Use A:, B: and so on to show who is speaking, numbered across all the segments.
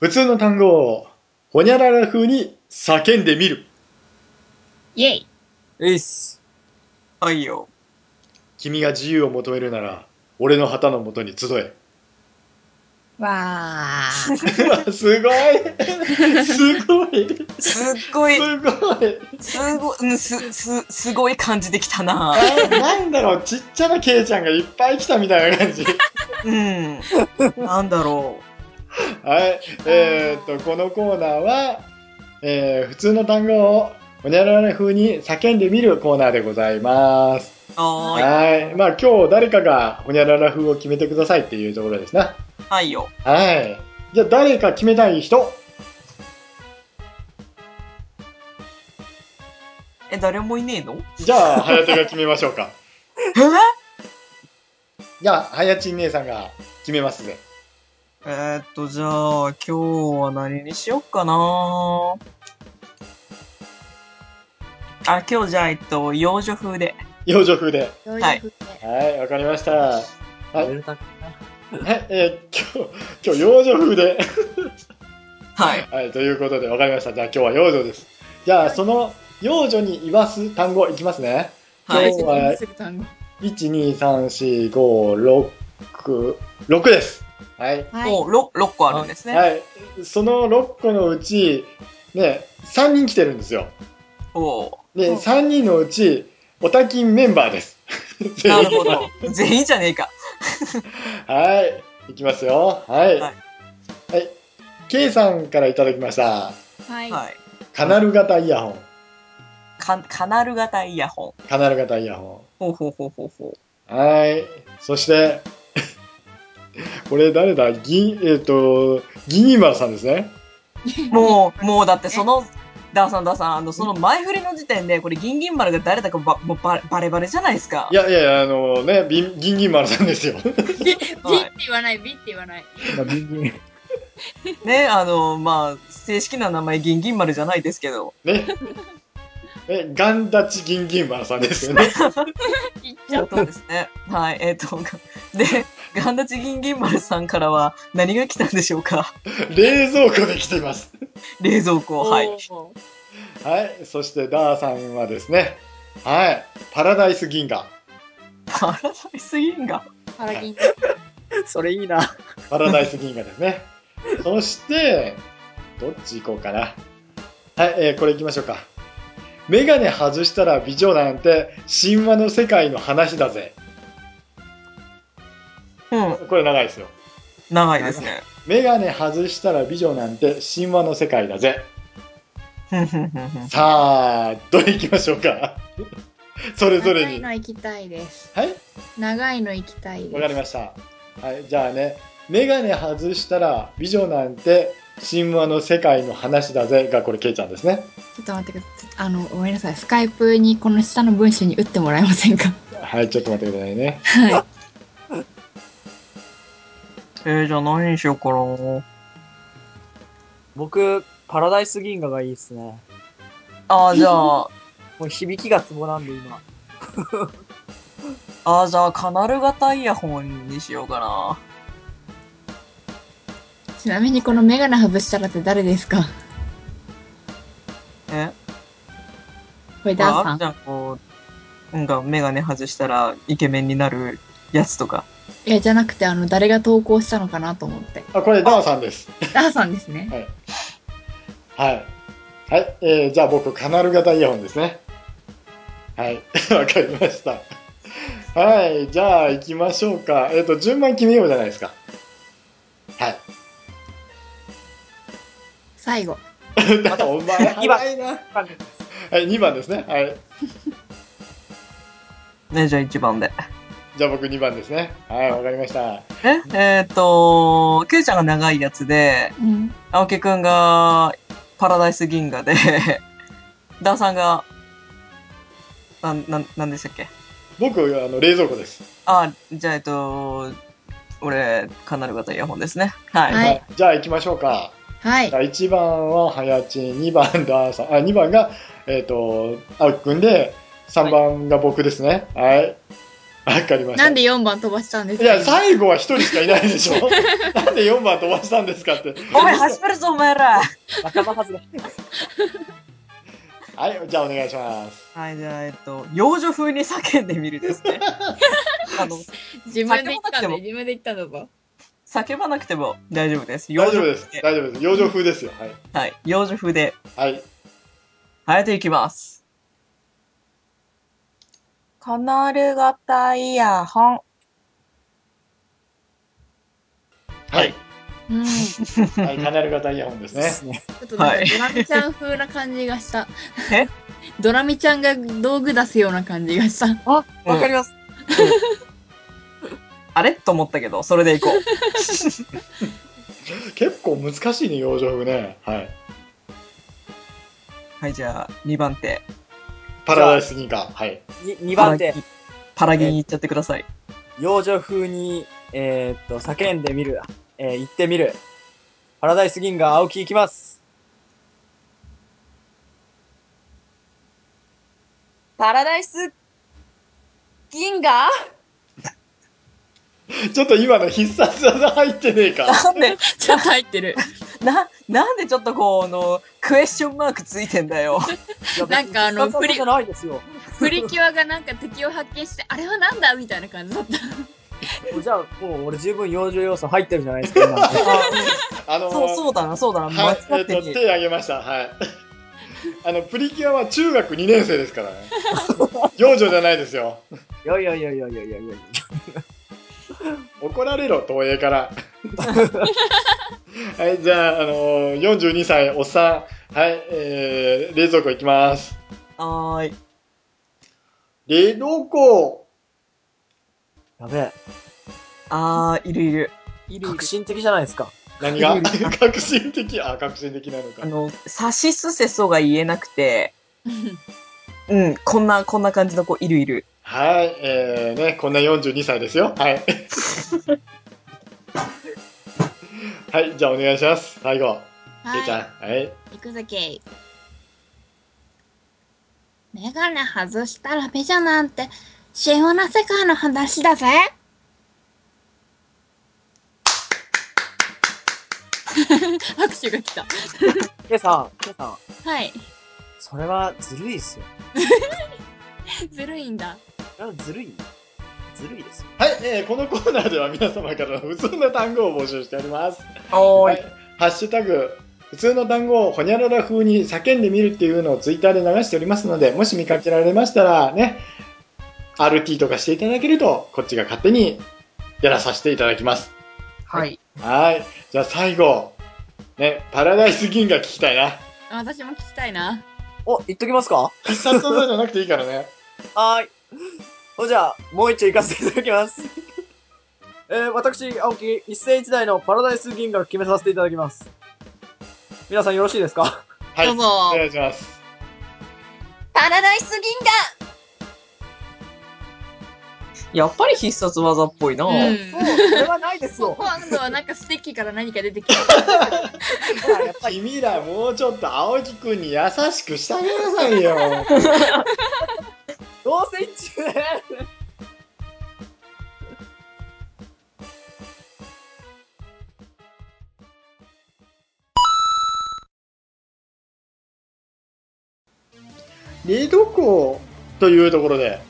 A: 普通の単語をほにゃらら風に叫んでみる
B: イエイ
C: ういっす。はいよ。
A: 君が自由を求めるなら俺の旗のもとに集え
B: わ
A: うわすごいすごい
C: すっご い、
A: すごい
C: すごい、うんす、す、すごい感じできたな。
A: あなんだろうちっちゃなケイちゃんがいっぱい来たみたいな感じ
C: うん。なんだろ
A: はい、えーっと、このコーナーは、えー普通の単語をほにゃらら風に叫んでみるコーナーでございます。
C: う。はーい。
A: はい、まあ今日誰かがほにゃらら風を決めてくださいっていうところですな。
C: はいよ。
A: はい。じゃあ誰か決めたい人
C: え、誰もいねえの
A: じゃあ、はやてが決めましょうか。
C: え
A: じゃあ、はやちん姉さんが決めますね。
C: えーっと、じゃあ、今日は何にしよっかなあ、今日じゃあ、えっと、洋女風で。
A: 幼女風で。
B: ーどう
C: はいいう
B: 風で
A: はい、わかりました。はい、
D: 寝るだけな
A: えー今日、今日幼女風で。
C: はい。
A: はい、ということで分かりました。じゃあ今日は幼女です。じゃあその幼女に言わす単語いきますね。
C: は
A: 今
C: い。
A: 日は
B: する単語
A: 1、2、3、4、5、6、6です。はい。
B: はい
C: もう、ろ6個あるんですね。
A: はい。その6個のうち、ね、3人来てるんですよ。
C: おう
A: で、
B: うん
A: 3人のうち、オタキンメンバーです。全
C: な
A: 員
C: る ほど。全員じゃねえか。
A: はい。いきますよ。はい。は
C: はい
A: い。K さんからいただきました。
B: はい
C: はい。
A: カナル型イヤホン。
C: か、カナル型イヤホン。
A: カナル型イヤホン。
C: ほうほうほうほうほ
A: はい。そして、 これ誰だギ、えっ、と、ギニーマルさんですね。
C: う。もう、もうだってその、ダーさんダーさん、あの、その前振りの時点で、これ、ギンギン丸が誰だかば、もうバレバレバレじゃないですか。
A: いやいやいや、あのね、ビンギンギンマルさんですよ。
B: ビって言わないビって言わない
D: まあビンビン
C: ね、あの、まあ、正式な名前、ギンギン丸じゃないですけど。
A: ね。え、ガンダチギンギンマルさんです よね。
B: 言っちゃう
C: そうですね。はい、えっ、と、がで、ガンダチギンギン丸さんからは何が来たんでしょうか
A: 冷蔵庫で来ています。
C: 冷蔵庫、はい。
B: おー
A: はい。そして、ダーさんはですね、はい。パラダイス銀河。
C: パラダイス銀河。
B: パラギン
D: それいいな。
A: パラダイス銀河ですね。 そして、どっち行こうかな。はい、えーこれ行きましょうか。メガネ外したら美女なんて神話の世界の話だぜ。
C: うん、
A: これ長いですよ。
C: 長いですね。
A: メガネ外したら美女なんて神話の世界だぜ。
C: ふんふんふんふん
A: さあ、どれ行きましょう か。それぞ
B: 長
A: れ
B: い
A: に。は
B: の行きたいです
A: い、
B: 長いの行きたいです
A: わかりました。はい、じゃあね、メガネ外したら美女なんて神話の世界の話だぜがこれケイちゃんですね。
B: ちょっと待ってくださいあのごめんなさいスカイプにこの下の文章に打ってもらえません か
A: はい、ちょっと待ってくださいね。
B: はい
C: えー、じゃあ何にしようかな。
D: 僕、パラダイス銀河がいいっすね。
C: あー、じゃあ、
D: もう響きがツボなんで今。
C: あー、じゃあ、カナル型イヤホンにしようかな。
B: ちなみにこのメガネ外したらって誰ですか
C: え
B: これ
C: ほ
B: ダ
C: ら
B: ーさ
C: ある
B: ん
C: じゃん、こう、なんかメガネ外したらイケメンになるやつとか。
B: いやじゃなくてあの誰が投稿したのかなと思って
A: あ、これダーさんです。
B: ダーさんですね
A: はい。はい。はい。えーじゃあ僕、カナル型イヤホンですね。はい。 わかりました。はい。じゃあ行きましょうか。えっ、と、順番決めようじゃないですか。はい。
B: 最後
A: だからお前、
D: 二番
A: 早いな。 はい、2番ですね。はい。
C: ね、じゃあ1番で。
A: じゃあ僕2番ですね。はい、わかりました。
C: ええー、と、ケイちゃんが長いやつで、
B: うん
C: 青木くんがパラダイス銀河で、 ダーさんが、なん、なん、なんでしたっけ
A: 僕、あの、冷蔵庫です。
C: あ、じゃあ、えっと、俺、カナル型イヤホンですね。はい。
B: はい
A: じゃあ行きましょうか。
B: はい
A: じゃあ1番ははやちん、2番ダーさん、あ、2番が、えっ、と、あおきくんで、3番が僕ですね。はいわかりました。
B: なんで4番飛ばしたんです
A: い
B: か
A: や、最後は一人しかいないでしょ。 なんで4番飛ばしたんですかって。
C: おい、始まるぞ、お前 ら。
D: 仲間外れ。
A: はい、じゃあお願いします。
C: はい、じゃあ、えっと、幼女風に叫んでみるです ね。あの、
B: 自分で言ったん
C: 先
B: だ
C: ほどでも
B: 自分で言ったんだぞ
C: 叫ばなくても大丈夫です。
A: 大丈夫です
C: 風。で
A: 大丈夫です。養生風ですよ。はい。
C: はい、幼女風で、
A: はい。
C: はいえていきます。カナル型イヤホン。
A: はい。
B: うんちょ
A: はい、カナル型イヤホンです
D: で
A: ね。
D: すね。
B: っとなん
C: は
B: か
C: い
B: ドラミちゃん風な感じがした
C: え
B: ドラミちゃんが道具出すような感じがした
D: あ、わかります。
C: あれと思ったけど、それでいこう。
A: 結構難しいね、養生風ね。はい。
C: はい、じゃあ、2番手。
A: パラダイスニーカー。はい。
D: に2番手
C: パラギ。ン。パラギン行っちゃってください。
D: 幼女風に、えー、っと、叫んでみる。えー、行ってみる。パラダイス銀河、青木行きます。
E: パラダイス銀河
A: ちょっと今の必殺技入ってねえか。
C: なんで、
B: ちょっと入ってる
C: な、なんでちょっとこう、あの、クエスチョンマークついてんだ よ。
D: いや
B: なんかあの
D: 別に必殺技じゃないですよ。
B: プリキュアがなんか敵を発見してあれはなんだみたいな感じだ った
D: じゃあ、もう俺十分幼女要素入ってるじゃないですか。今
A: あのー
C: そう、そうだな、そうだな、間
A: はい、え
C: 違
A: っ
C: って
A: と、
C: る
A: 手挙げました。はい。 あの、プリキュアは中学2年生です からね。幼女じゃないですよ。
D: いやいやいやいやいやいやいや。
A: 怒られろ、東映 から。はい、じゃあ、あのー、42歳、おっさん。はい、えー、冷蔵庫行きます。
C: はーい。
A: 冷蔵庫
D: やべえ。
C: あー、いるいる。
B: いるいる
D: 革新的じゃないですか。
A: 何が
C: い る
A: 革新的あ、革新的なの
C: あ
A: か。
C: の、さしすせそが言えなくて、うん、こんな、こんな感じの子、いるいる。
A: はい、えー、ね、こんな42歳ですよ。 はい。はい、じゃあお願いします。最後、けいちゃん。
B: は
A: はい。
B: い行くぜけいメガネ外したらベジャなんて幸な世界の話だぜ 拍手が来た
D: ケイさん、ケイさん、
B: はい
D: それはずるいですよ。
B: ずるいんだ
D: それはずるいずるいですよ。
A: はい、えーこのコーナーでは皆様からの普通の単語を募集しております。
C: お
A: はい。ハッシュタグ、普通の単語をほにゃらら風に叫んでみるっていうのをツイッターで流しておりますので、もし見かけられましたらね、RT とかしていただけると、こっちが勝手にやらさせていただきます。
C: はい。
A: はい。じゃあ最後、ね、パラダイス銀河聞きたいな。
B: あ私も聞きたいな
D: お、言っときますか
A: 必殺技じゃなくていいからね。
D: はーい。 おじゃあ、もう一丁行かせていただきます。 えー、私、青木、一世一代のパラダイス銀河を決めさせていただきます。皆さんよろしいですか
A: はい。
B: どうぞ
A: お願いします。
E: パラダイス銀
C: やっぱり必殺技っぽいな、
B: うん
D: う、それはないです
B: そう
D: よ。
B: 今度はなんかステッキから何か出てきた
D: ほら、やっぱり、
A: 君らもうちょっと青木くんに優しくしてあげなさいよ。
D: どうせ一中ね。
A: 寝床というところで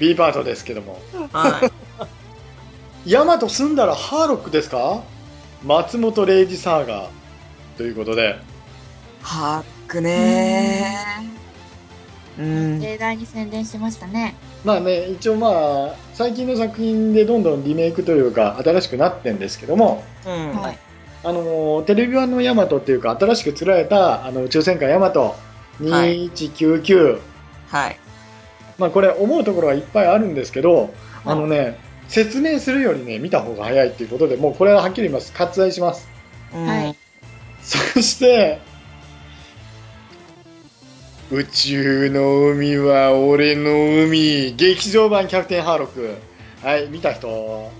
A: B パートですけども
C: はい。
A: ヤマト住んだらハーロックですか松本零士サーガーということで
C: ハックねー。うん。
B: 盛大に宣伝しましたね
A: まあね一応まあ最近の作品でどんどんリメイクというか新しくなってんですけども
C: うん。
B: はい
A: あのーテレビ版のヤマトっていうか新しく作られたあの宇宙戦艦ヤマト2199、
C: はい。
A: まあこれ思うところはいっぱいあるんですけどあのね説明するよりね見た方が早いっていうことでもうこれははっきり言います割愛します
C: うん
B: はい
A: そして、宇宙の海は俺の海。劇場版キャプテンハーロック。はい、見た人。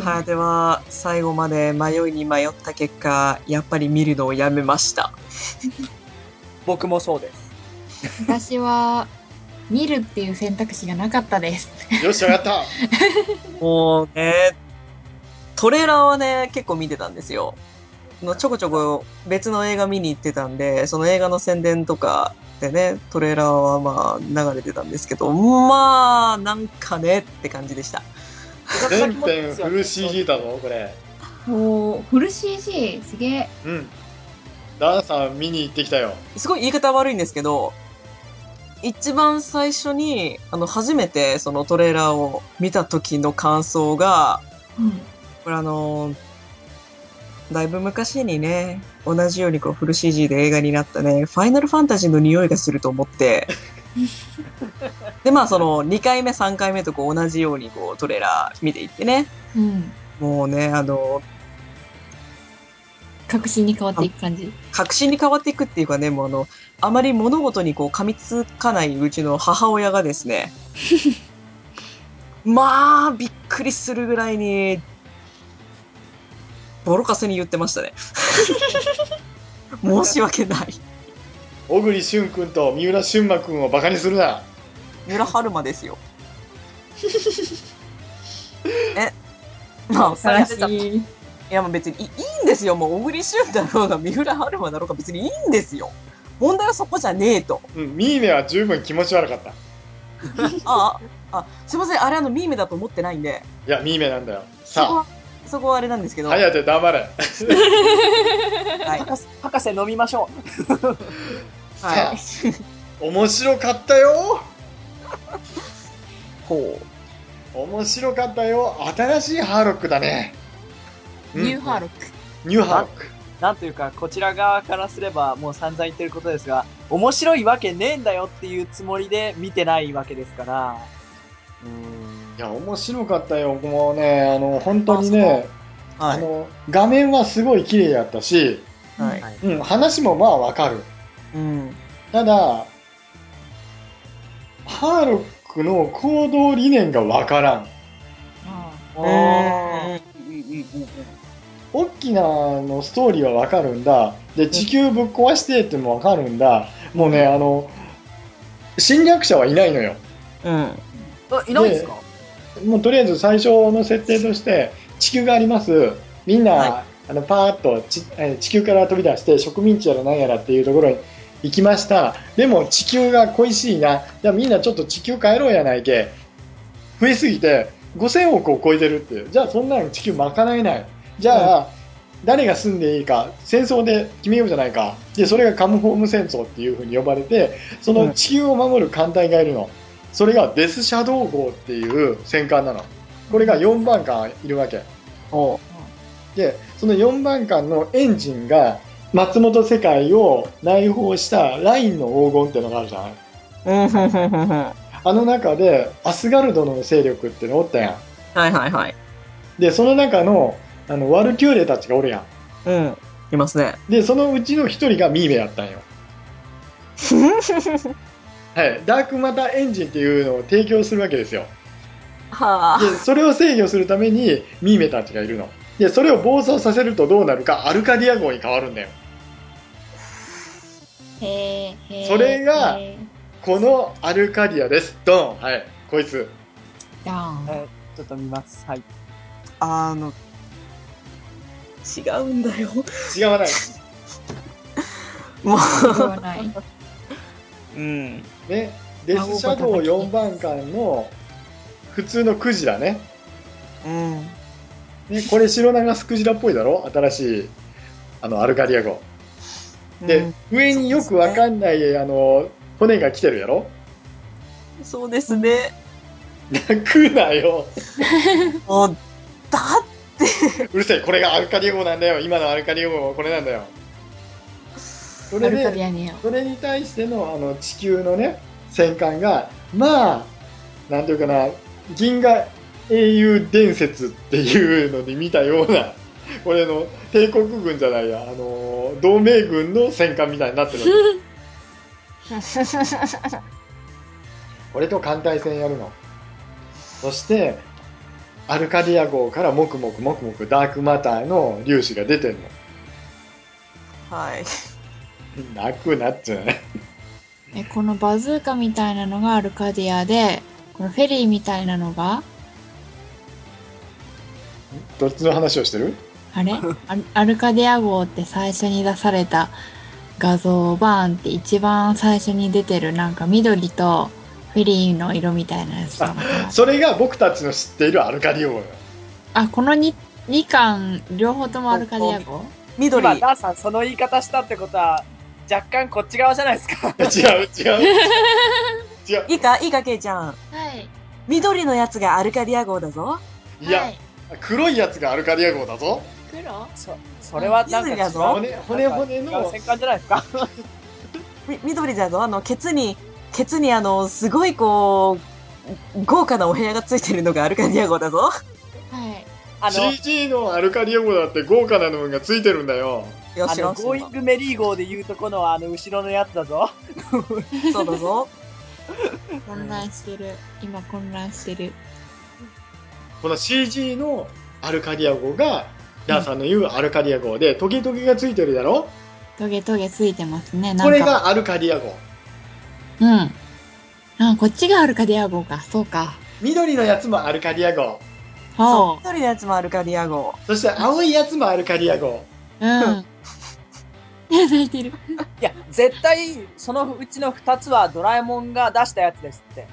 C: はい、では、最後まで迷いに迷った結果、やっぱり見るのをやめました。
D: 僕もそうです。
B: 私は、見るっていう選択肢がなかったです。
A: よっしゃ、や った
C: もうね、トレーラーはね、結構見てたんですよ。のちょこちょこ別の映画見に行ってたんで、その映画の宣伝とかでね、トレーラーはまあ流れてたんですけど、まあ、なんかねって感じでした。
A: 全編フル CG だぞ、これ。
B: おー、フル CG、すげえ。
A: うん。ダンさん見に行ってきたよ。
C: すごい言い方悪いんですけど、一番最初に、あの、初めてそのトレーラーを見た時の感想が、
B: うん。
C: これあのだいぶ昔にね、同じようにこうフル CG で映画になったね、ファイナルファンタジーの匂いがすると思って、で、まあその2回目、3回目とこう同じようにこうトレーラー見ていってね、
B: うん。
C: もうね、あの
B: 確信に変わっていく感じ。
C: 確信に変わっていくっていうかね、もうあの、あまり物事にこう噛みつかないうちの母親がですね、まあ、びっくりするぐらいに、ボロカスに言ってましたね。申し訳ない。
A: 小栗旬君と三浦俊馬君をバカにするな。
C: 三浦春馬ですよ。え、まあ、
B: 悲し
C: い
B: い。
C: や、もう別にいいいんですよ。もう、小栗旬だろうが、三浦春馬だろうが、別にいいんですよ。問題はそこじゃねえと。
A: うん、ミーネは十分気持ち悪かった。い
C: ああ、あ、すいません、あれあの、ミーメだと思ってないんで、
A: や、ミーネなんだよ。
C: そこ
A: さ
C: は、そこはあれなんですけ
A: あ、
C: ど、
A: 早て黙れ。
C: はい
D: 博士博士飲みましょう。
A: さあ
C: はい、
A: 面白かったよ。
C: ほ
A: 面白かったよ。新しいハーロックだね。
B: ニューハー
A: ロッ
B: ロック。
A: ク。ニューハーロック。
D: なんというか、こちら側からすればもう散々言ってることですが、面白いわけねえんだよっていうつもりで見てないわけですから。うーん
A: いや、面白かったよ。もうね、あの、本当にね、
C: う。
A: あ
C: はい。
A: の、画面はすごい綺麗だったし、
C: はい。
A: うん、話もまあわかる。
C: うん。
A: ただ、ハーロックの行動理念がわからん。
D: おー
C: え
A: 大きなあのストーリーはわかるんだ。で、地球ぶっ壊してってもわかるんだ。もうね、あの、侵略者はいないのよ。
C: うん。
D: あいないんですか
A: もうとりあえず最初の設定として、地球があります。みんな、
C: は
A: あのパーッとちえー地球から飛び出して植民地やら何やらっていうところに行きました。でも地球が恋しいな。じゃあみんなちょっと地球帰ろうやないけ。増えすぎて5000億を超えてるっていう。じゃあそんなの地球賄えない。じゃあ、誰が住んでいいか戦争で決めようじゃないかでそれがカムフォーム戦争っていうふうに呼ばれてその地球を守る艦隊がいるの、それがデスシャドウ号っていう戦艦なのこれが4番艦いるわけ
C: おう。
A: でその4番艦のエンジンが松本世界を内包したラインの黄金ってのがあるじゃない
C: うん、ふんふんふんふん。は
A: あの中でアスガルドの勢力ってのおったやん
C: いはいはい。
A: でその中のあのワルキューレたちがおるやん
C: うん。いますね。
A: でそのうちの一人がミーメやったんよはい、ダークマターエンジンっていうのを提供するわけですよ
C: はあ。
A: でそれを制御するためにミーメたちがいるのでそれを暴走させるとどうなるかアルカディア号に変わるんだよ
B: へーへー
A: それが
B: へー
A: このアルカディアですドンはいこいつ
B: ダーン。
D: ちょっと見ます。はい。
C: あの、違うんだよ。
A: 違わない
C: も
B: ではない。
C: う。うん。
A: ねデスシャドウ4番艦の普通のクジラね
C: うん。
A: ねこれ白長スクジラっぽいだろ新しいあのアルカディア号で、
C: うん
A: 上によくわかんない、あの骨が来てるやろ
C: そうですね。
A: 楽なよ
C: もう、だ
A: うるせえ、これがアルカディゴなんだよ。今のアルカディゴはこれなんだよ。そ
B: ア
A: れ
B: ルカディ
A: で、
B: アネオ。
A: それに対してのあの地球のね、戦艦が、まあ、なんていうかな、銀河英雄伝説っていうので見たような、 これの帝国軍じゃないや、あのー、同盟軍の戦艦みたいになってるわけ。これと艦隊戦やるの。そして、アルカディア号からもくもくもくもくダークマターの粒子が出てるの。
C: はい。
A: 泣くなっちゃうね。
B: えこのバズーカみたいなのがアルカディアでこのフェリーみたいなのが
A: どっちの話をしてる
B: あれアルアルカディア号って最初に出された画像をバーンって一番最初に出てるなんか緑とフェリーの色みたいなやつなのか な
A: それが僕たちの知っているアルカディオ
B: あこの 2, 2巻両方ともアルカディア号
C: 緑
D: 今、ダーさん、その言い方したってことは、若干こっち側じゃないですか。
A: 違う違う違う
C: いいかいいかけいちゃん
B: はい
C: 緑のやつがアルカディア号だぞ
A: いや、
B: はい、
A: 黒いやつがアルカディア号だぞ
B: 黒
D: そそれはなんか
C: ゆず
D: 違
C: り
D: う
C: だぞ
A: 骨骨骨
D: なんか違う
A: の
D: 戦艦じゃないですか。
C: み緑だぞあのケツにケツにあのすごいこう豪華なお部屋がついてるのがアルカディア号だぞ
B: はい
D: あの、
A: CG のアルカディア号だって豪華なのがついてるんだよ
C: よ
D: あ
C: し
D: の、
C: よし
D: ゴーイングメリー号で言うとこのあの後ろのやつだぞ。
C: そうだぞ
B: 混乱してる今混乱してる
A: この CG のアルカディア号がダーさんの言うアルカディア号でトゲトゲがついてるだろ
B: トゲトゲついてますねなんか
A: これがアルカディア号
B: うんあこっちがアルカディア号かそうか
A: 緑のやつもアルカディア号
C: そう
B: ほ
C: 緑のやつもアルカディア号
A: そして青いやつもアルカディア号
B: ううん泣 いてる
D: いや、絶対、そのうちの2つはドラえもんが出したやつです って。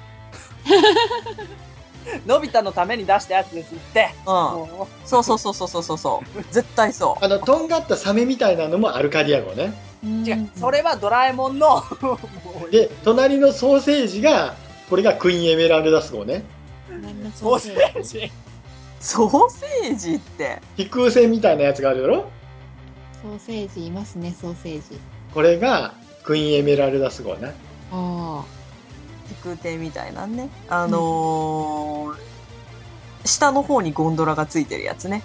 D: のび太のために出したやつですって。
C: うん
D: も
C: そうそうそうそうそうそうそう絶対そ
A: あのとんがったサメみたいなのもアルカディア号ね
D: う違う、そ
B: れ
D: れはドラえもんの、もう
A: で隣のソーセージがこれがクイーンエメラルダス号ね
D: ソーセージ。
C: うソーセージって
A: 飛空船みたいなやつがあるだろ
B: ソーセージいますねソーセージ
A: これがクイーンエメラルダス号ね
B: あ
C: 飛空艇みたいなねあのー下の方にゴンドラがついてるやつね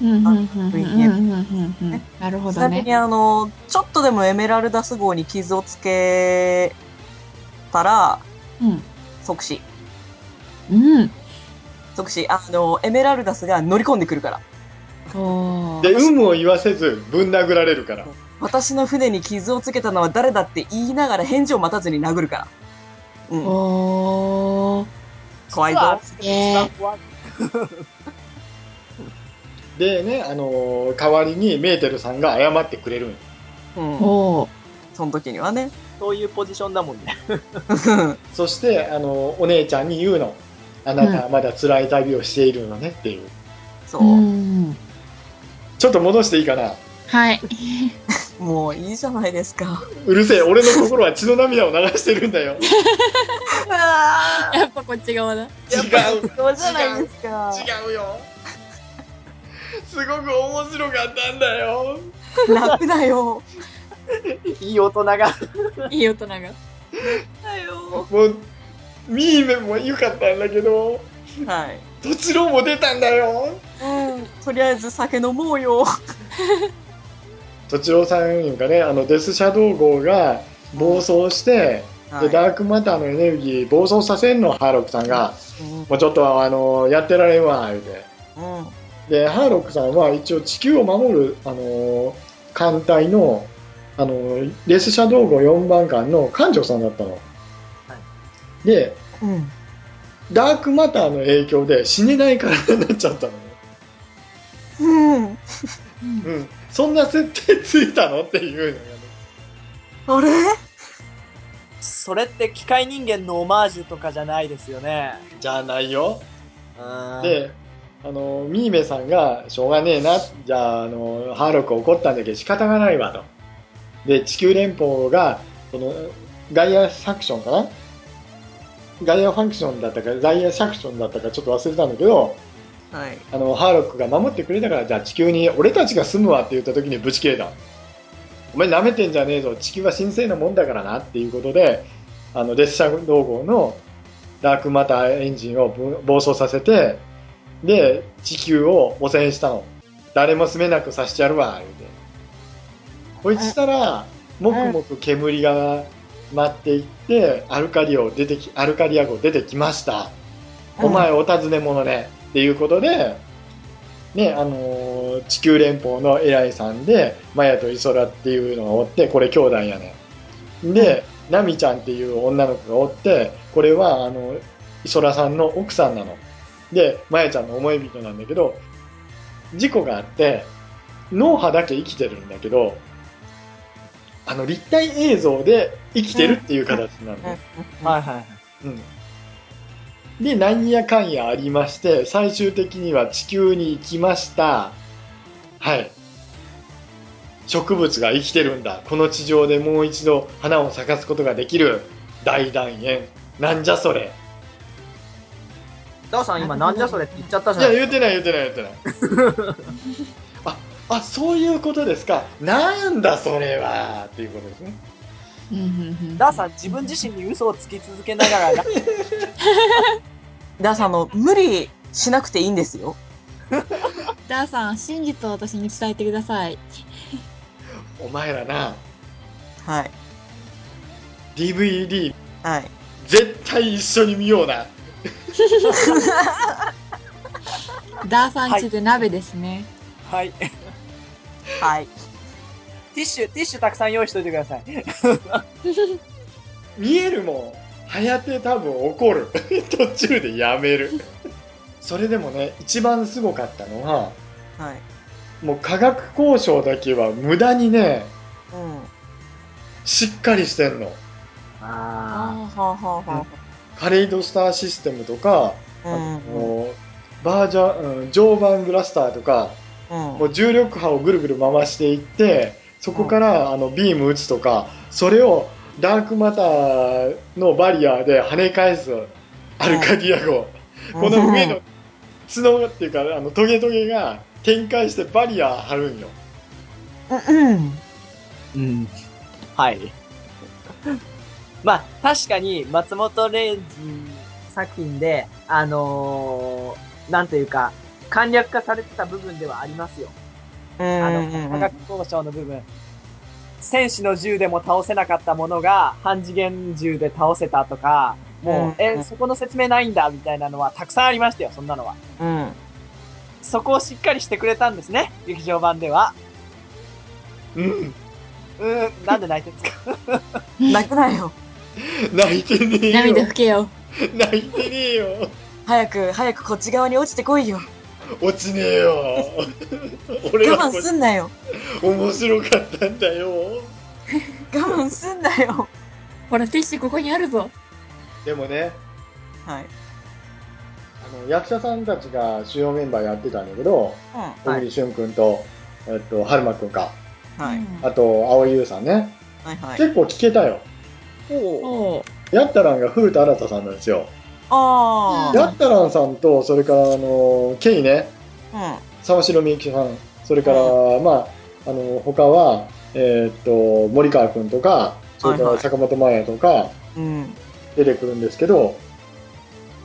B: あうんうんうんうん
C: クイー
B: う
C: ンエ
B: ん
C: ム
B: うんうんなるほ
C: ち
B: ど
C: なみ
B: ね
C: にあの、ちょっとでもエメラルダス号に傷をつけたら、
B: うん
C: 即死。
B: うん
C: 即死。あの、エメラルダスが乗り込んでくるから。
B: お
A: で
B: ー
A: 有無を言わせずぶん殴られるから
C: 私の船に傷をつけたのは誰だって言いながら返事を待たずに殴るから。うん。
B: おー
C: 怖い
D: 実は
C: ぞ。
D: 一番怖い
A: でねあのー代わりにメーテルさんが謝ってくれるんよ
C: うん。
B: おー
C: その時にはね。
D: そういうポジションだもんね。
A: そしてあのーお姉ちゃんに言うのあなたはまだ辛い旅をしているのねっていう、
C: そうう。
B: ん
A: ちょっと戻していいかな
B: はい
C: もういいじゃないですか。
A: うるせえ俺の心は血の涙を流してるんだよ
B: やっぱこっち側だ
A: 違う
C: そうじゃないですか。
A: 違うよすごく面白かったんだよ
C: 楽だよ。
D: いい大人が。
B: いい大人が
C: だよ。
A: もうミーメンも良かったんだけど
C: はい。
A: どちらも出たんだよ
C: うん。とりあえず酒飲もうよ。
A: とちろうさんがねあのデスシャドウ号が暴走して、で
C: は
A: ダークマターのエネルギー暴走させんのハーロックさんが、
C: いうん
A: もうちょっとあのやってられんわ言うて
C: うん。
A: でハーロックさんは一応地球を守るあの艦隊のあのデスシャドウ号4番艦の艦長さんだったの、で
C: うん。
A: ダークマターの影響で死ねない体になっちゃったのね
C: うん。
A: うん、そんな設定ついたのっていうのがね
C: あれ
D: それって機械人間のオマージュとかじゃないですよね。
A: じゃあないよ
D: うん
A: であのミーメさんが「しょうがねえなじゃああのハーロック怒ったんだけど仕方がないわ」とで地球連邦がそのガイアサクションかなガイアファンクションだったかガイアサクションだったかちょっと忘れたんだけど
C: はい。
A: あのハーロックが守ってくれたからじゃあ地球に俺たちが住むわって言った時にぶち切れたお前なめてんじゃねえぞ地球は神聖なもんだからなっていうことであの列車道号のダークマターエンジンをぶ暴走させてで地球を汚染したの誰も住めなくさせてやるわ言うてこいつしたらもくもく煙が舞っていってアルカリオ出てきアルカリア号出てきましたお前お尋ね者ね、っていうことで、ね、あのー地球連邦の偉いさんで、マヤとイソラっていうのがおって、これ兄弟やねで、ナミちゃんっていう女の子がおって、これは、あの、イソラさんの奥さんなの。で、まやちゃんの思い人なんだけど、事故があって、脳波だけ生きてるんだけど、あの、立体映像で生きてるっていう形なの。
D: はいはいはい。
A: うん、でなんやかんやありまして最終的には地球に行きましたはい植物が生きてるんだこの地上でもう一度花を咲かすことができる大団円なんじゃそれ
D: ダーさん今なんじゃそれって言っちゃった
A: い
D: じゃ
A: や
D: ない
A: 言うてない言うてない言うてないああそういうことですかなんだそれはっていうことですね
B: うんうんうん
D: ダーさん自分自身に嘘をつき続けながら、
C: ダーさん、あの、無理しなくていいんですよ。
B: ダーさん真実を私に伝えてください
A: お前らな
C: はい。
A: DVD
C: はい。
A: 絶対一緒に見ような
B: ダーさん家で鍋ですね、
D: はい。 テ
C: はい。
D: ィッシュ、ティッシュたくさん用意しといてください。
A: 見えるもん早手多分怒る 途中でやめるそれでもね一番すごかったのは
C: はい。
A: もう科学交渉だけは無駄にね
C: うん。は
A: しっかりしてんの
C: あ
D: あ
C: はあはあは
A: カレイドスターシステムとか、
C: あ。
A: あ
C: うん。
A: のバージョン、うん、常磐ブラスターとか
C: うん
A: も。う重力波をぐるぐる回していってそこからあのビーム打つとかそれをダークマターのバリアで跳ね返すアルカディア号この上の角っていうかあのトゲトゲが展開してバリア張るんよ
C: うん。うん。
D: ーうん。はい。まあ、確かに、松本零士作品で、あのー、なんというか、簡略化されてた部分ではありますよ。
C: うん
D: あ
C: うん
D: の、
C: う
D: 科
C: ん
D: 学交渉の部分。戦士の銃でも倒せなかったものが、半次元銃で倒せたとか、もう、
C: うんう
D: え、
C: ん
D: そこの説明ないんだ、みたいなのは、たくさんありましたよ、そんなのは。
C: うん。
D: そこをしっかりしてくれたんですね、劇場版では。
A: うん
D: うーん、なんで泣いてるんですか
C: 泣くなよ。
A: 泣いてねえよ
B: 涙拭けよ
A: 泣いてねえよ
C: 早く、早くこっち側に落ちてこいよ。
A: 落ちねえ よ俺
C: 我
A: は
C: 慢すんなよ。
A: 面白かったんだよ
C: 我慢すんなよ。
B: ほらティッシュここにあるぞ
A: でもね
C: はい。
A: あの役者さんたちが主要メンバーやってたんだけど
C: う
A: 小
D: はい
A: 栗旬君と、えっと、春馬君か
C: ん。はい。
A: あと蒼井優さんね
C: はいはい。
A: 結構聞けたよ
C: おお。
B: おう
A: やったらんが古田新太さんなんですよ
C: あ
A: やったらんさんとそれからあのケイね
C: あ。
A: 沢城みゆきさん、それから、まあ、あの、他は、えーっと、森川くんとか、それか
C: は
A: ら
C: いはい
A: 坂本真綾とか
C: うん。うん。
A: 出てくるんですけど、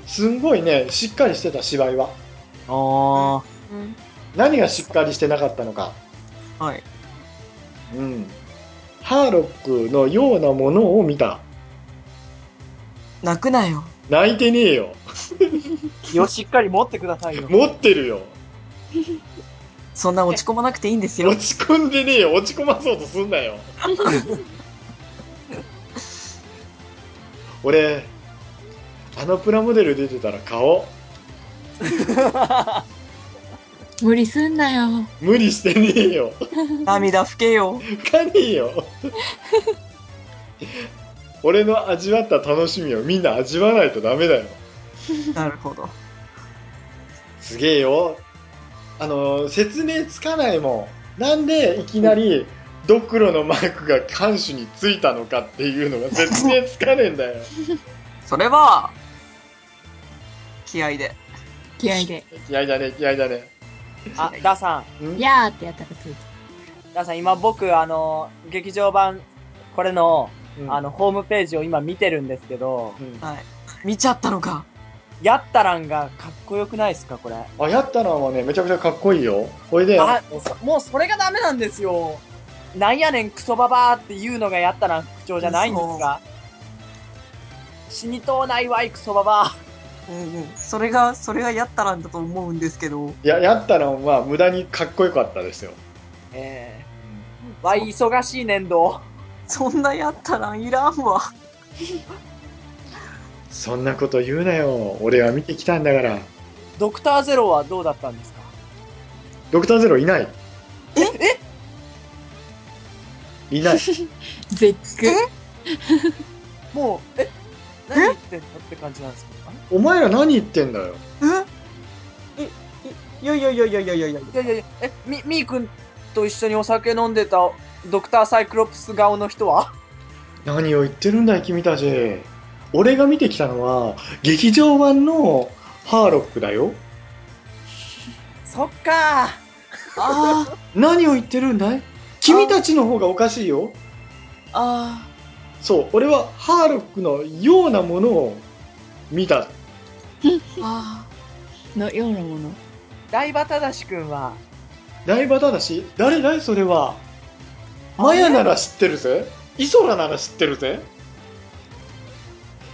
A: すんごいね、しっかりしてた芝居は。
D: おー。
A: 何がしっかりしてなかったのか。
C: はい。
A: うん。ハーロックのようなものを見た。
C: 泣くなよ。
A: 泣いてねえよ。
D: 気をしっかり持ってくださいよ。
A: 持ってるよ。
C: そんな落ち込まなくていいんですよ
A: 落。ち込んでねえよ。落ち込まそうとすんなよ。俺、あのプラモデル出てたら買おう。
B: 無理すんなよ
A: 無理してねえよ。
C: 涙拭けよ。
A: 吹かねえよ。俺の味わった楽しみをみんな味わわないとダメだよ。
C: なるほど。
A: すげえよ。あの、説明つかないもん。なんでいきなりドクロのマークが艦首についたのかっていうのが説明つかねえんだよ。
C: それは、気合で。
B: 気合で
A: 嫌いだね、嫌いだね。
D: あ、ダーさん。
A: ん
B: やーってやったらつい
D: ダーさん、今僕、あの、劇場版、これの、
A: うん
D: あの、ホームページを今見てるんですけど、
A: うん
C: はい。見ちゃったのか。
D: やったらんがかっこよくないですか、これ。
A: あ、やったのはね、めちゃくちゃかっこいいよ。ほいで、
D: あ、もうそもうそれがダメなんですよ。なんやねん、クソババーって言うのがやったらん口調じゃないんですか。死にとうないわい、クソババー。
C: うんうん。それが、それがやったらんだと思うんですけど。
A: ややったのは無駄にかっこよかったですよ。
D: ええわい、忙しい年度。
C: そんなやったらいらんわ。
A: そんなこと言うなよ俺は見てきたんだから
D: ドクターゼロはどうだったんですか
A: ドクターゼロいない
C: え
A: い ない
B: 絶句。
D: もう、え、何言ってんのって感じなんですけど。あ
A: お前ら何言ってんだよ
C: えい、いやいやいやいやいやいやいや。
D: れいやいやいや、え、み、みーくんと一緒にお酒飲んでたドクターサイクロプス顔の人は
A: 何を言ってるんだい君たち俺が見てきたのは劇場版のハーロックだよ
D: そっか
C: あー
A: 何を言ってるんだい君たちの方がおかしいよ
C: あ
A: そう俺はハーロックのようなものを見た
C: ーあ
B: のようなもの。
D: 大場正くんは、
A: 台場だし誰だいそれはマヤなら知ってるぜイソラなら知ってるぜ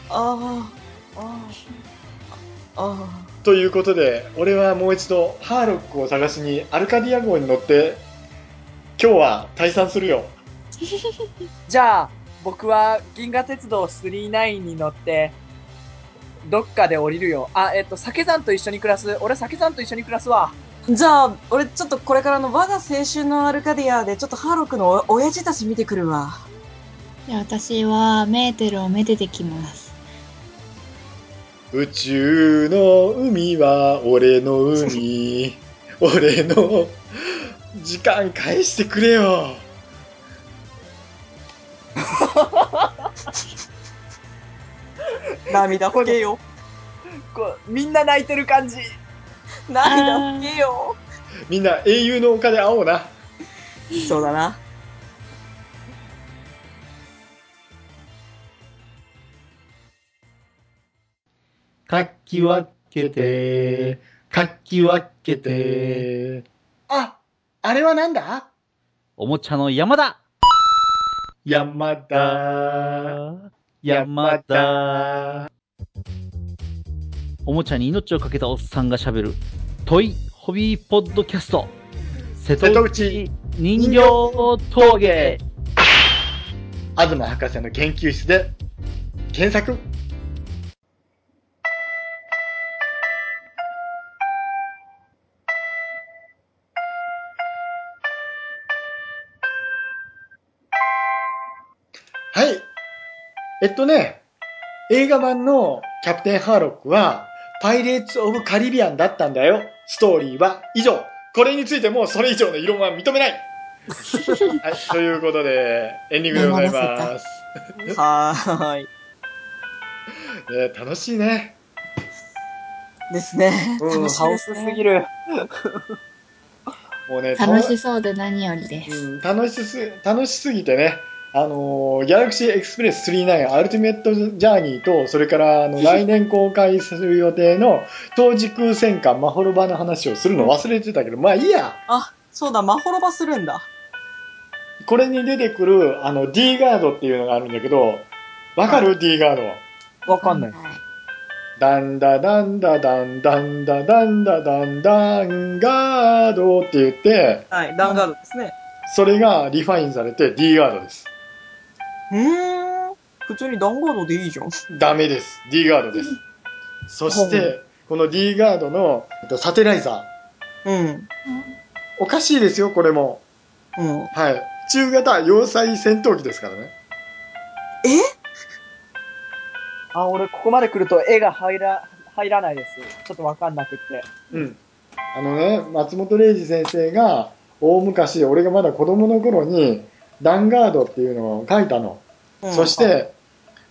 C: ーあーあーあ
A: ということで俺はもう一度ハーロックを探しにアルカディア号に乗って今日は退散するよ
D: じゃあ、僕は銀河鉄道39に乗って、どっかで降りるよ。あ、えっと、酒山と一緒に暮らす。俺酒山と一緒に暮らすわ。
C: ーじゃあ、俺ちょっとこれからの我が青春のアルカディアでちょっとハーロックのお親父たち見てくるわ。
B: じゃあ私はメーテルをめでてきます。
A: 宇宙の海は俺の 海俺の時間返してくれよ
C: 涙拭けよ。
D: こう、みんな泣いてる感じ。
C: 涙拭けよ。
A: みんな英雄の丘で会おうな
C: そうだな。
F: かき分けて、かき分けて、
A: ああれはなんだ
F: おもちゃの山だ
A: 山田
F: 山だ
A: 田
F: おもちゃに命をかけたおっさんがしゃべる、トイホビーポッドキャスト、瀬戸内人形峠
A: 東博士の研究室で検索はいえっとね映画版の「キャプテンハーロック」は「パイレーツ・オブ・カリビアン」だったんだよストーリーは以上これについてもうそれ以上の異論は認めない、はい、ということでエンディングでございます
C: はーい。
A: ね楽しいね。
C: ですね。
A: うん
C: 楽しい
D: カ
C: で
D: オ
C: す
D: ス
C: ね。
D: すぎる。
A: もうね、
B: 楽しそうで何よりです。
A: うん楽しす、楽しすぎてね、あのーギャラクシーエクスプレス39アルティメットジャーニーと、それからあ の来年公開する予定の当時空戦艦マホロバの話をするの忘れてたけど、まあいいや。
C: あ、そうだ、まほろばするんだ。
A: これに出てくるあの D ガードっていうのがあるんだけど、わかる ?D ガード。
D: わかんない。
B: はい
A: ダンダダンダダンダンダダンダダンダンガードって言って、
C: はい、ダンガードですね。
A: それがリファインされて D ガードです。
C: へえ。普通にダンガードでいいじゃん。
A: ダメです。D ガードです。 そして、この D ガードのえっとサテライザー。
C: うん。
A: おかしいですよ、これも。
C: うん。
A: はい。中型要塞戦闘機ですからね。
D: あ、俺ここまで来ると絵が入ら、入らないです。ちょっとわかんなくって。
A: うん。あのね、松本零士先生が、大昔、俺がまだ子供の頃に、ダンガードっていうのを書いたの。
C: うん
A: そし、て、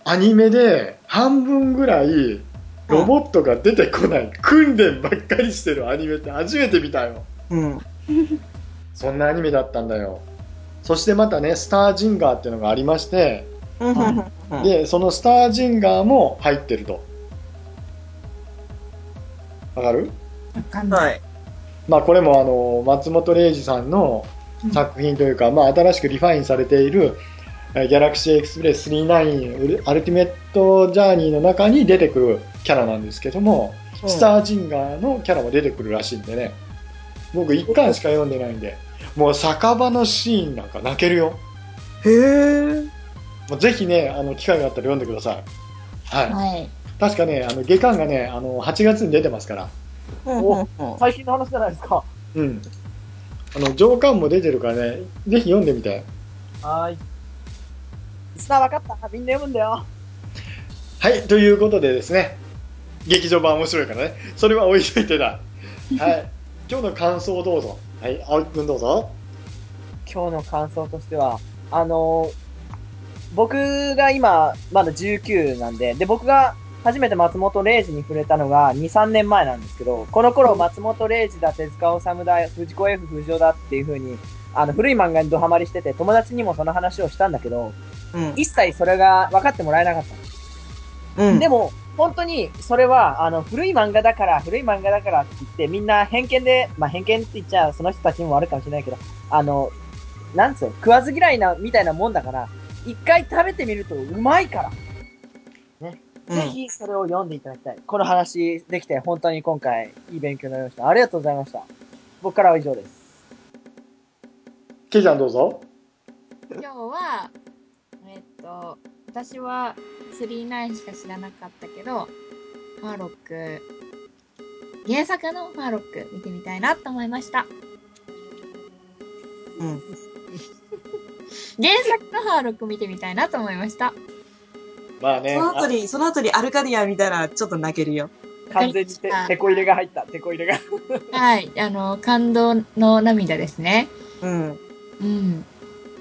A: アニメで半分ぐらい、ロボットが出てこない、訓練ばっかりしてるアニメって初めて見たよ。
C: うん。
A: そんなアニメだったんだよ。そしてまたね、スタージンガーっていうのがありまして、
C: うん
A: で、そのスタージンガーも入ってると。わかる
B: わかんない。
C: はい。
A: まあこれもあの、松本零士さんの作品というか、まあ新しくリファインされている、えギャラクシーエクスプレス39ウルアルティメットジャーニーの中に出てくるキャラなんですけども、スタージンガーのキャラも出てくるらしいんでね。僕一巻しか読んでないんで、もう酒場のシーンなんか泣けるよ。
C: へえ。
A: もうぜひね、あの、機会があったら読んでください。は
B: はい。
A: い。確かね、あの、下巻がね、あの、8月に出てますから。
C: お
D: 最近の話じゃないですか。
A: うん。あの、上巻も出てるからね、ぜひ読んでみて。
D: はーい。リスナー分かったみんな読むんだよ。
A: はい、ということでですね、劇場版面白いからね、それは置いといて だ。はい。今日の感想をどうぞ。はい、青木くんどうぞ。
D: 今日の感想としては、あのー僕が今、まだ19なんで、で、僕が初めて松本零士に触れたのが2、3年前なんですけど、この頃松本零士だ、手塚治虫だ、藤子 F 不二雄だっていう風に、あの、古い漫画にドハマりしてて、友達にもその話をしたんだけど、
C: うん。
D: 一切それが分かってもらえなかった。
C: うん。
D: でも、本当に、それは、あの、古い漫画だから、古い漫画だからって言って、みんな偏見で、まあ、偏見って言っちゃ、その人たちにも悪いかもしれないけど、あの、なんつうの、食わず嫌いな、みたいなもんだから、一回食べてみるとうまいから、
C: うん
D: ぜひそれを読んでいただきたい。この話できて、本当に今回、いい勉強になりました。ありがとうございました。僕からは以上です。
A: ケイちゃんどうぞ。
E: 今日は、えっと、私は39しか知らなかったけど、ファーロック、原作のファーロック見てみたいなと思いました。
C: うん。
E: 原作のファーロック見てみたいなと思いました。
A: まあね。
C: その後に、その後にアルカディア見たらちょっと泣けるよ。
D: 完全にて、てこ入れが入った、てこ入れが。
B: はい。あの、感動の涙ですね。
C: うん。
B: うん。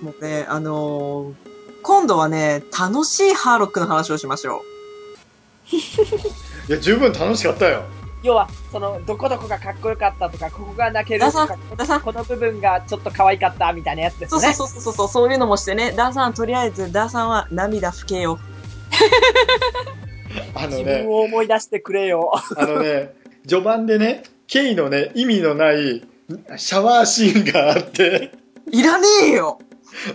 C: もうね、あのー今度はね、楽しいハーロックの話をしましょ
A: いや、十分楽しかったよ。
D: 要は、その、どこどこがかっこよかったとか、ここが泣けるとか、
C: う。ダさん、
D: この部分がちょっと可愛かったみたいなやつです
C: そう
D: ね。
C: そうそうそうそう、そういうのもしてね、ダーさん、とりあえず、ダーさんは涙拭けよ。
A: あの
D: 自
A: ね
D: 分。を思い出してくれよ。
A: あのね、序盤でね、ケイのね、意味のないシャワーシーンがあって、
C: いらねえよ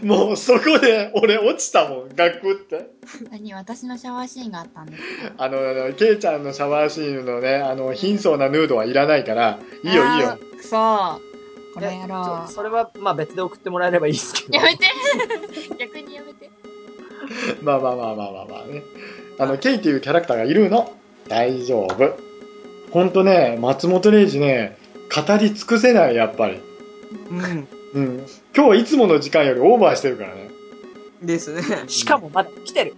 A: もうそこで俺落ちたもん、ガクって。
B: 何私のシャワーシーンがあったんです
A: あの、あのケイちゃんのシャワーシーンのね、あの、貧相なヌードはいらないから、いいよいいよ。。
B: くそこの野郎。
D: それは、まあ別で送ってもらえればいいですけど
B: や。めて逆にやめて。
A: まあまあまあまあまあまあね。あの、ケイっていうキャラクターがいるの。大丈夫。ほんとね、松本零士ね、語り尽くせない、やっぱり。
C: うん。
A: うん。今日いつもの時間よりオーバーしてるからね。
C: ですね。
D: しかもまだ来てる。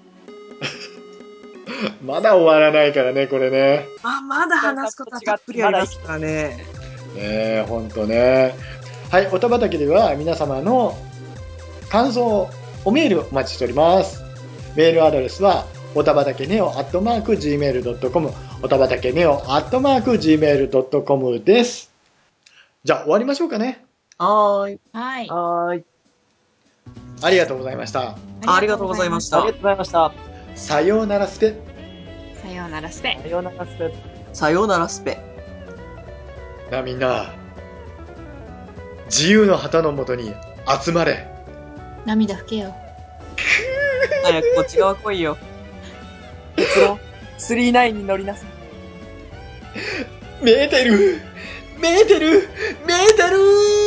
A: まだ終わらないからね、これね。
C: まあ、まだ話すことはたっぷりありますからね。
A: ねえ、ほんとね。はい、おたばたけでは皆様の感想、おメールお待ちしております。メールアドレスは、おたばたけねお、アットマーク、gmail.com、おたばたけねお、アットマーク、gmail.com です。じゃあ、終わりましょうかね。
C: はーい。
B: はい。
D: はーい。
A: ありがとうございました。
C: ありがとうございまし
D: あり
C: た
D: がと。うございました。
A: さようならすて。
B: さようならして。
D: さようならスペ
C: さようなら、スペ。
A: なあみんな、自由の旗のもとに集まれ。
B: 涙拭けよ。
C: 早くこっち側来いよ。
D: 結 論。39に乗りなさい。
A: メーテルメーテルメーテル